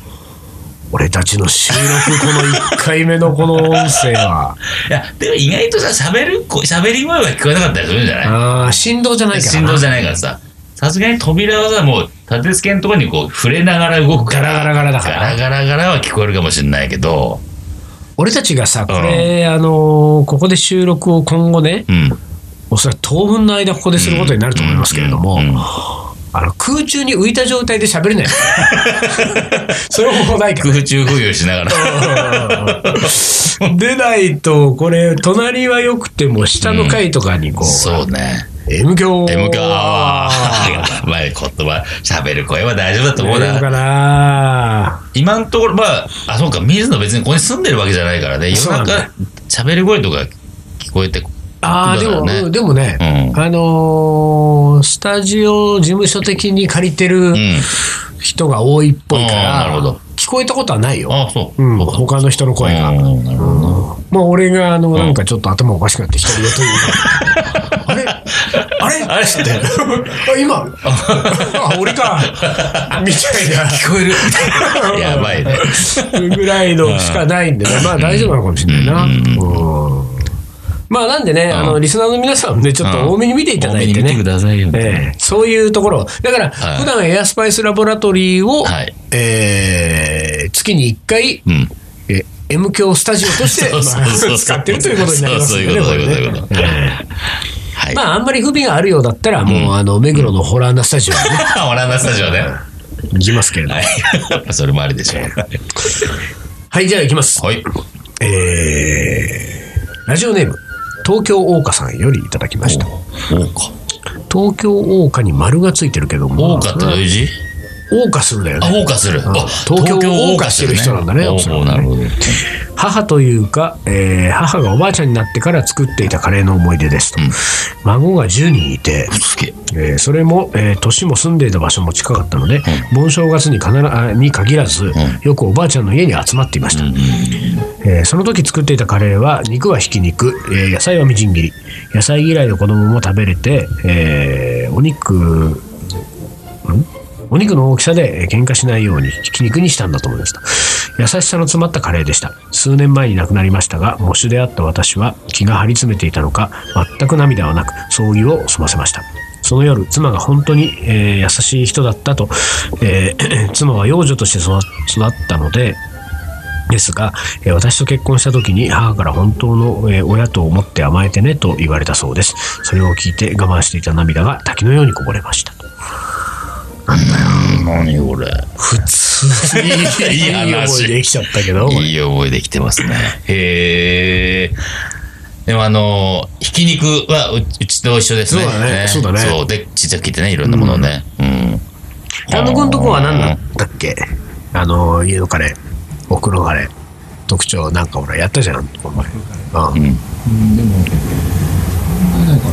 Speaker 1: 俺たちの収録、この1回目のこの音声は、
Speaker 2: やでも意外とさ喋るこ喋り声は 聞こえなかったりするんじゃない
Speaker 1: あー振動じゃないから
Speaker 2: 振
Speaker 1: な
Speaker 2: 動じゃないからささすがに扉はさもう立て付けのところにこう触れながら動くから
Speaker 1: ガラガラガラだから
Speaker 2: ガラガラガラは聞こえるかもしれないけど
Speaker 1: 俺たちがさ、これ、あのーここで収録を今後ね、
Speaker 2: うん
Speaker 1: おそらく当分の間、ここですることになると思いますけれども、
Speaker 2: うんうん
Speaker 1: あの空中に浮いた状態で喋れ ない。それもないから。
Speaker 2: 空中浮遊しなが ら
Speaker 1: 出ないと、これ、隣は良くても、下の階とかにこう、
Speaker 2: そうね
Speaker 1: M 響。
Speaker 2: M か あーまあ言葉喋る声は大丈夫だと 思う
Speaker 1: 出る
Speaker 2: な
Speaker 1: かな
Speaker 2: 今のところまああそうか水野別にここに住んでるわけじゃないからね夜
Speaker 1: そうなんだ
Speaker 2: 中喋り声とか聞こえてくる
Speaker 1: あーで
Speaker 2: から
Speaker 1: も、
Speaker 2: ね
Speaker 1: うんでもね、
Speaker 2: うん
Speaker 1: あのースタジオ事務所的に借りてる
Speaker 2: うん
Speaker 1: 人が多いっぽいか
Speaker 2: あーな
Speaker 1: ら、
Speaker 2: るほど
Speaker 1: 聞こえたことはないよ。
Speaker 2: あそう、
Speaker 1: うん、
Speaker 2: そうか
Speaker 1: 他の人の声が。
Speaker 2: うんなるほど
Speaker 1: まあ、俺が、あの、なんかちょっと頭おかしくなって一人言 というかあれあれ
Speaker 2: あれ
Speaker 1: って。あ 今あ、俺かみた
Speaker 2: 聞こえ るやばいね
Speaker 1: いなぐらいのしかないんでね。まあ、大丈夫なのかもしれないな。うんまあ、なんでね、あの、リスナーの皆さんもね、ちょっと多めに見ていただいてね。
Speaker 2: ださいよ
Speaker 1: ええそういうところ。だから、
Speaker 2: はい
Speaker 1: 普段エアスパイスラボラトリーを、
Speaker 2: はい
Speaker 1: ええ月に1回、
Speaker 2: うん
Speaker 1: え M 響スタジオとして
Speaker 2: そうそうそう
Speaker 1: まあ使ってるということになりますよね。
Speaker 2: そうそういうこ
Speaker 1: これね
Speaker 2: とそういうこと
Speaker 1: え
Speaker 2: えは
Speaker 1: え
Speaker 2: い、
Speaker 1: まあ、あんまり不備があるようだったら、もう、あの、目黒のホラーなスタジオ にね、
Speaker 2: オランダスタジオね
Speaker 1: 行きますけれど。
Speaker 2: はいそれもありでしょう
Speaker 1: はい、じゃあ行きます。
Speaker 2: はい
Speaker 1: えーラジオネーム、東京大花さんよりいただきました。
Speaker 2: おうか
Speaker 1: 東京大花に丸がついてるけども、
Speaker 2: おうかってどういう字
Speaker 1: 謳歌するんだよ
Speaker 2: あ
Speaker 1: ね。
Speaker 2: 謳歌するあ
Speaker 1: 東京を謳歌してる人なんだね
Speaker 2: おうおうなるほど
Speaker 1: はい母というか、えー母がおばあちゃんになってから作っていたカレーの思い出ですと、
Speaker 2: うん
Speaker 1: 孫が10人いて、
Speaker 2: すげえ
Speaker 1: えーそれも、えー年も住んでいた場所も近かったので、盆正月に必ずあに限らず、よくおばあちゃんの家に集まっていました、えーその時作っていたカレーは肉はひき肉、えー野菜はみじん切り野菜嫌いの子供も食べれて、えーお肉んお肉の大きさでえー喧嘩しないようにひき肉にしたんだと思いました優しさの詰まったカレーでした数年前に亡くなりましたが喪主であった私は気が張り詰めていたのか全く涙はなく葬儀を済ませましたその夜、妻が本当に、えー優しい人だったと、えー 妻は養女として育育ったので、ですが、えー私と結婚した時に母から本当の、えー親と思って甘えてねと言われたそうです。それを聞いて我慢していた涙が滝のようにこぼれましたと。
Speaker 2: 何これ
Speaker 1: 普通に
Speaker 2: いい
Speaker 1: いい思
Speaker 2: 話
Speaker 1: いできちゃったけど、これ
Speaker 2: いい思いできてますね へえでもあのひき肉はううちと一緒ですね
Speaker 1: そうだねそうだね
Speaker 2: そうでちっちゃく切ってねいろんなものをねうん
Speaker 1: 単独のとこは何だったっけあの、家のカレー、お風呂カレー、特徴なんかほら、やったじゃん、お前。うん
Speaker 3: うん、でも、問題ないか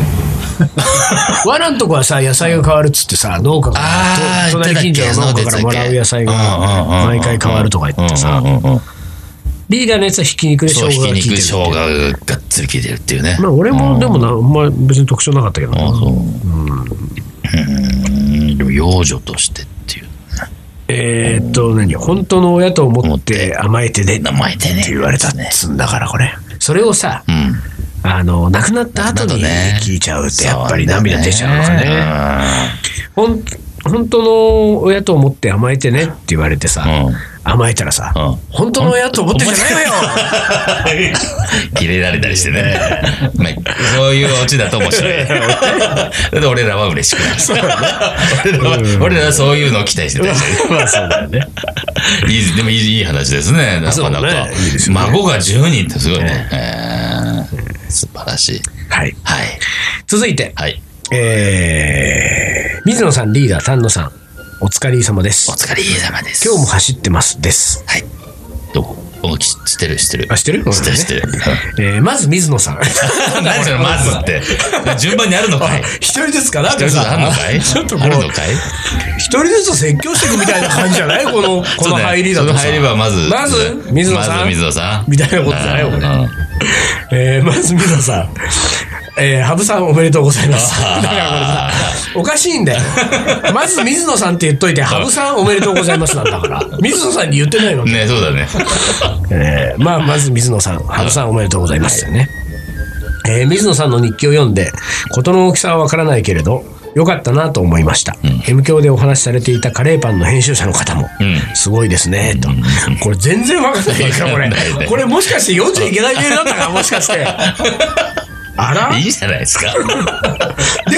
Speaker 3: な。
Speaker 1: わらんとこはさ野菜が変わるっつってさ農家か
Speaker 2: あ
Speaker 1: ら
Speaker 2: あ
Speaker 1: と隣近所の農家からもらう野菜が毎回変わるとか言ってさリーダーのやつはひき肉で
Speaker 2: そう
Speaker 1: 生姜が
Speaker 2: ひき
Speaker 1: 効いて
Speaker 2: 肉
Speaker 1: る
Speaker 2: 生姜ががっつり効いてるっていうね
Speaker 1: まあ俺もでもな、あんま別に特徴なかったけど
Speaker 2: あ
Speaker 1: な、
Speaker 2: そううんでも養女としてっていう
Speaker 1: えーっと何本当の親と思って甘えてね
Speaker 2: 名前でね
Speaker 1: って言われたっつんだからこれそれをさ
Speaker 2: うん
Speaker 1: あの亡くなった後に聞いちゃうとやっぱり涙出ちゃうのかねほん本当の親と思って甘えてねって言われてさ、
Speaker 2: うん
Speaker 1: 甘えたらさ、
Speaker 2: うん
Speaker 1: 本当の親と思ってんじゃないわよ
Speaker 2: 切れられたりし てね。まあ、そういうオチだと面白い。だって俺らは嬉しくなる。俺らは俺らはそういうのを期待してたりして
Speaker 1: まあそうだよね。
Speaker 2: いいでもいいいい話ですね。なかな
Speaker 1: そう
Speaker 2: か。
Speaker 1: ねいいですよね
Speaker 2: 孫が10人ってすごいね。えー素晴らしい。
Speaker 1: はい。
Speaker 2: はい。
Speaker 1: 続いて、
Speaker 2: はい。
Speaker 1: えー、水野さんリーダー、丹野さん、お疲れ様で
Speaker 2: お
Speaker 1: す。
Speaker 2: 疲れ様です。
Speaker 1: 今日も。走ってますです。
Speaker 2: はい。どこおき知ってる知ってる。
Speaker 1: あ知ってる
Speaker 2: 知ってる知ってる。
Speaker 1: えー、まず水野 さん。
Speaker 2: うん何それまず って。順番にあるのかい
Speaker 1: 一人ですかなん
Speaker 2: 一人
Speaker 1: か
Speaker 2: ずつ
Speaker 1: さ
Speaker 2: あるのかい
Speaker 1: ちょっとこ
Speaker 2: あるの
Speaker 1: う、
Speaker 2: かい
Speaker 1: 一人ずつ説教していくみたいな感じじゃないこの、この入りだ
Speaker 2: そ
Speaker 1: と
Speaker 2: うね
Speaker 1: さ
Speaker 2: その入りはまず。
Speaker 1: まず、水野さ
Speaker 2: まず
Speaker 1: ん。
Speaker 2: 水野さん。
Speaker 1: みたいなことじゃないよこれ
Speaker 2: うん
Speaker 1: えー、まず水野さん。えー、羽生さんおめでとうございます。だからこれさ、おかしいんだよ。まず水野さんって言っといて、羽生さんおめでとうございますなんだから。水野さんに言ってないわけ。
Speaker 2: ね、そうだね。
Speaker 1: えーまあ、まず水野さん、羽生さんおめでとうございますよね。えー水野さんの日記を読んで、事の大きさはわからないけれど、良かったなと思いました。M 響でお話しされていたカレーパンの編集者の方も、
Speaker 2: うん
Speaker 1: すごいですね、と。これ全然わかんないから、こ
Speaker 2: わかん ないね
Speaker 1: れ。これもしかして読んじゃいけないメールだったかもしかして。あら
Speaker 2: いいじゃな いですか。
Speaker 1: で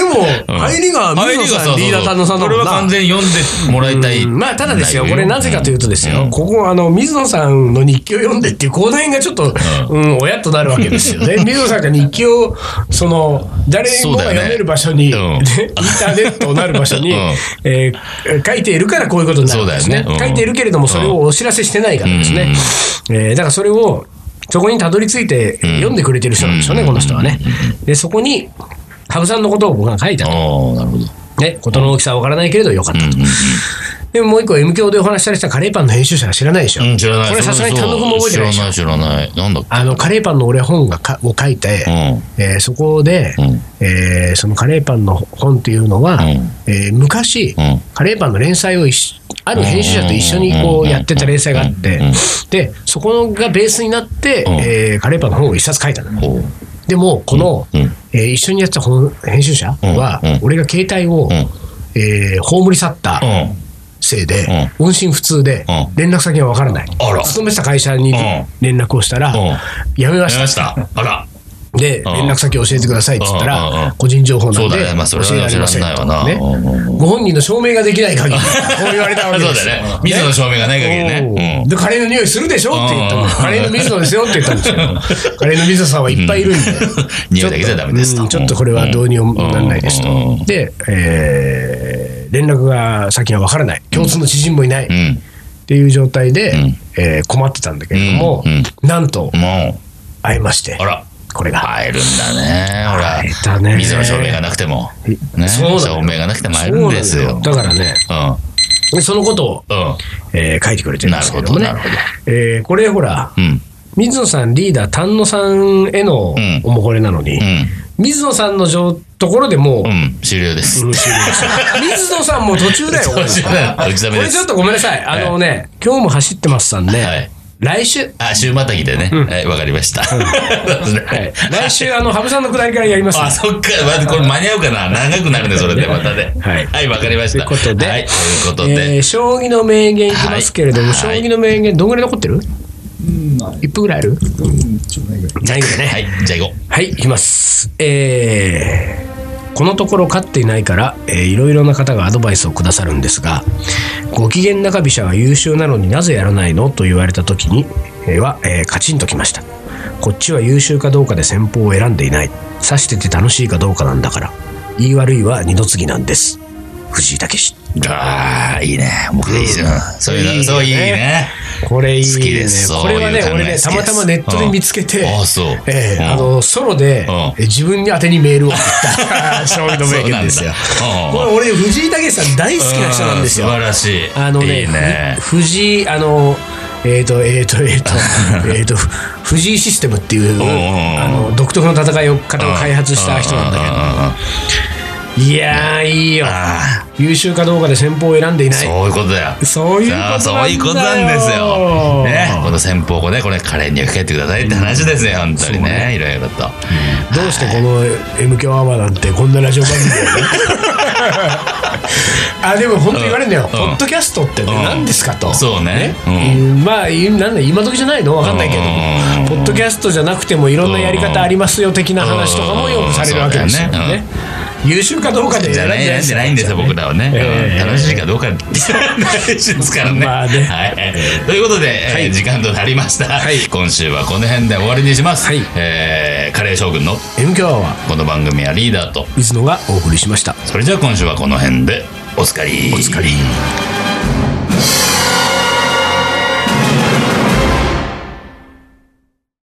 Speaker 1: も、入りが水野さん、リーダー丹野さん
Speaker 2: こ
Speaker 1: だ
Speaker 2: れ
Speaker 1: もん
Speaker 2: は完
Speaker 1: な。
Speaker 2: 全に読んでもらいたい。
Speaker 1: うんまあ、ただですよ、これなぜかというとですよ、
Speaker 2: うん
Speaker 1: ここ、あの、水野さんの日記を読んでっていう、この辺がちょっと、うん、親となるわけです よね。水野さんが日記を、その、誰もが読める場所に、
Speaker 2: そうだよね
Speaker 1: ねインターネットなる場所に、
Speaker 2: うん
Speaker 1: えー書いているからこういうことになるんですね。
Speaker 2: そうだよねうん
Speaker 1: 書いているけれども、それをお知らせしてないからですね。えーだからそれを、そこにたどり着いて読んでくれてる人なんでしょうね、この人はね。で、そこに、羽生さんのことを僕が書いたと。
Speaker 2: おーなるほど。
Speaker 1: ね、事の大きさは分からないけれどよかったと。
Speaker 2: うん
Speaker 1: でももう一個、M 教でお話しされてたカレーパンの編集者が知らないでしょ。
Speaker 2: うん、知らない。
Speaker 1: これさすがに単独も覚えてないでしょ。
Speaker 2: 知らない、知らない。なんだっ
Speaker 1: あの、カレーパンの俺本がかを書いて、えーそこで、
Speaker 2: うん
Speaker 1: えーそのカレーパンの本っていうのは、
Speaker 2: ん
Speaker 1: えー昔、
Speaker 2: うん
Speaker 1: カレーパンの連載を一緒ある編集者と一緒にこ
Speaker 2: うん
Speaker 1: うやってた連載があって、
Speaker 2: うん
Speaker 1: で、そこがベースになって、
Speaker 2: うん
Speaker 1: えーカレーパンの本を一冊書いたの。
Speaker 2: け。ほ
Speaker 1: でも、この、
Speaker 2: うんうん
Speaker 1: えー一緒にやってた本編集者は、
Speaker 2: うんうん
Speaker 1: 俺が携帯を、
Speaker 2: うん
Speaker 1: えー葬り去った
Speaker 2: う。うん。
Speaker 1: せいで、音信不通で
Speaker 2: う、ん
Speaker 1: 連絡先がわからない
Speaker 2: あら。
Speaker 1: 勤めてた会社に
Speaker 2: うん
Speaker 1: 連絡をしたら
Speaker 2: うん、
Speaker 1: やめま
Speaker 2: や
Speaker 1: し
Speaker 2: りま
Speaker 1: た。
Speaker 2: した。あら。
Speaker 1: で、
Speaker 2: うん
Speaker 1: 連絡先教えてくださいって言った
Speaker 2: うんうんうん
Speaker 1: ら、個人情報な
Speaker 2: そ
Speaker 1: ん
Speaker 2: う
Speaker 1: で
Speaker 2: だねまあそれは
Speaker 1: 教えられません
Speaker 2: 知ら
Speaker 1: と
Speaker 2: ないわな
Speaker 1: ね
Speaker 2: うんうん
Speaker 1: ご本人の証明ができない限り、こう言われた
Speaker 2: そ
Speaker 1: わ
Speaker 2: う
Speaker 1: け
Speaker 2: だ
Speaker 1: ですよ。
Speaker 2: ね。水の証明がない限りね
Speaker 1: おー。で、カレーの匂いするでしょって言ったの
Speaker 2: うん。
Speaker 1: カレーの水野ですよって言ったんですよ。カレーの水野さんはいっぱいいるんで。
Speaker 2: うん 匂いだけじゃダメですと
Speaker 1: うんちょっとこれはどうにもなんないです
Speaker 2: うんうんう
Speaker 1: と。で、えー連絡が先がわからない。共通の知人もいない。
Speaker 2: うん。うん。
Speaker 1: っていう状態で、
Speaker 2: ん
Speaker 1: えー困ってたんだけれども、
Speaker 2: うん
Speaker 1: なんと
Speaker 2: も
Speaker 1: 会えまして
Speaker 2: う、あら、
Speaker 1: これが。
Speaker 2: 会えるんだね。ほら
Speaker 1: 会えた、ね
Speaker 2: 水の証明がなくても。ね、
Speaker 1: そうなのよ
Speaker 2: 証明がなくても会えるんですよ。
Speaker 1: そうなのよだからね、
Speaker 2: うん。
Speaker 1: そのことを、
Speaker 2: うん。
Speaker 1: えー書いてくれてるんですけれどもね
Speaker 2: なるほどなる。
Speaker 1: えーこれほら、
Speaker 2: うん。
Speaker 1: 水野さんリーダー丹野さんへの
Speaker 2: ん
Speaker 1: おもこれなのに、
Speaker 2: う
Speaker 1: 水野さんのじょところでもう、
Speaker 2: ん。うん。終了 です。
Speaker 1: うん終了です水野さんも途中だよ、これ。
Speaker 2: 途中だよ打ち止
Speaker 1: こ
Speaker 2: めで
Speaker 1: れ
Speaker 2: す
Speaker 1: ちょっとごめんなさい。あのね、今日も走ってますさんね、
Speaker 2: はい
Speaker 1: 来週、
Speaker 2: あ、週またぎでね。はい、わかりました。
Speaker 1: はい、来週、あの、羽生さんの下りからやりますんで
Speaker 2: あ、そっか。まずこれ間に合うかな。長くなるね、それで、またね。
Speaker 1: はい
Speaker 2: はい、わかりました。
Speaker 1: ということで
Speaker 2: はい、ということで。
Speaker 1: えー将棋の名言いきますけれども、
Speaker 2: はい
Speaker 1: 将棋の名言どんぐらい残ってる
Speaker 3: うん、まあ、
Speaker 1: ?1 分ぐらいある
Speaker 3: うんちょっとないけど。
Speaker 1: ないぐらいね。
Speaker 2: はい、じゃあ行こ
Speaker 1: はい、いきます。えーこのところ勝っていないから、えーいろいろな方がアドバイスをくださるんですが、ご機嫌中飛車は優秀なのになぜやらないのと言われた時に、えーは、えーカチンときました。こっちは優秀かどうかで戦法を選んでいない。指してて楽しいかどうかなんだから。言い悪いは二の次なんです。藤井武史。
Speaker 2: う。ああ、いいね。僕でいいじゃん。そういう
Speaker 1: いいね
Speaker 2: の、そういういいね。
Speaker 1: これいいね。
Speaker 2: 好きですそう
Speaker 1: これはね
Speaker 2: いう、考え
Speaker 1: 俺ね、
Speaker 2: 好き
Speaker 1: た
Speaker 2: で
Speaker 1: ますたまネットで見つけて、
Speaker 2: うんあそう
Speaker 1: ええ
Speaker 2: うん
Speaker 1: あの、ソロで、
Speaker 2: うん
Speaker 1: え自分に宛てにメールを送 った、将棋の名言ですよ。
Speaker 2: そうなんだ
Speaker 1: これ俺、藤井武さん大好きな人なんですよ
Speaker 2: う。素晴らしい。
Speaker 1: あのね、
Speaker 2: いいね
Speaker 1: ふ。藤井、あの、えっ、と、えっ、と、えっ、 と、えっ、と、藤井システムってい
Speaker 2: ん
Speaker 1: う、
Speaker 2: うん
Speaker 1: あの、独特の戦い方を開発した人なんだ
Speaker 2: だけ
Speaker 1: けど、いやー、いいよ。
Speaker 2: あ
Speaker 1: 優秀かどうかで戦法を選んでい
Speaker 2: あ、
Speaker 1: ない。
Speaker 2: そういうことだよ。
Speaker 1: そういうことなんだ
Speaker 2: さ
Speaker 1: よ
Speaker 2: あそういうことなんですよ。ね、この戦法をね、これ、カレーにかけてくださいって話ですね、本当にね、いろいろと。
Speaker 1: どうしてこの「M 強アワー」なんてこんなラジオ番組だよね あでも本当言われるんだよ、
Speaker 2: うん
Speaker 1: ポッドキャストってね
Speaker 2: うん
Speaker 1: 何ですかと、
Speaker 2: そうね
Speaker 1: うんまあいなんだ今時じゃないのわかんないけど、
Speaker 2: うん
Speaker 1: ポッドキャストじゃなくてもいろんなやり方ありますよ的な話とかもよくされるわけですよ
Speaker 2: うんそうだよ
Speaker 1: ね
Speaker 2: ね、
Speaker 1: 優秀かどうかで
Speaker 2: じゃない
Speaker 1: 選ん
Speaker 2: じゃないんですよ、僕らはね。
Speaker 1: ええ
Speaker 2: うん楽しいかどうかって大事ですからね。
Speaker 1: まあね
Speaker 2: はい。ということで、えー時間となりました。今週はこの辺で終わりにします。
Speaker 1: はい
Speaker 2: えーカレー将軍の
Speaker 1: M 強アワー
Speaker 2: この番組はリーダーと、
Speaker 1: 水野がお送りしました
Speaker 2: それじゃあ今週はこの辺で、おつかり。おつかり。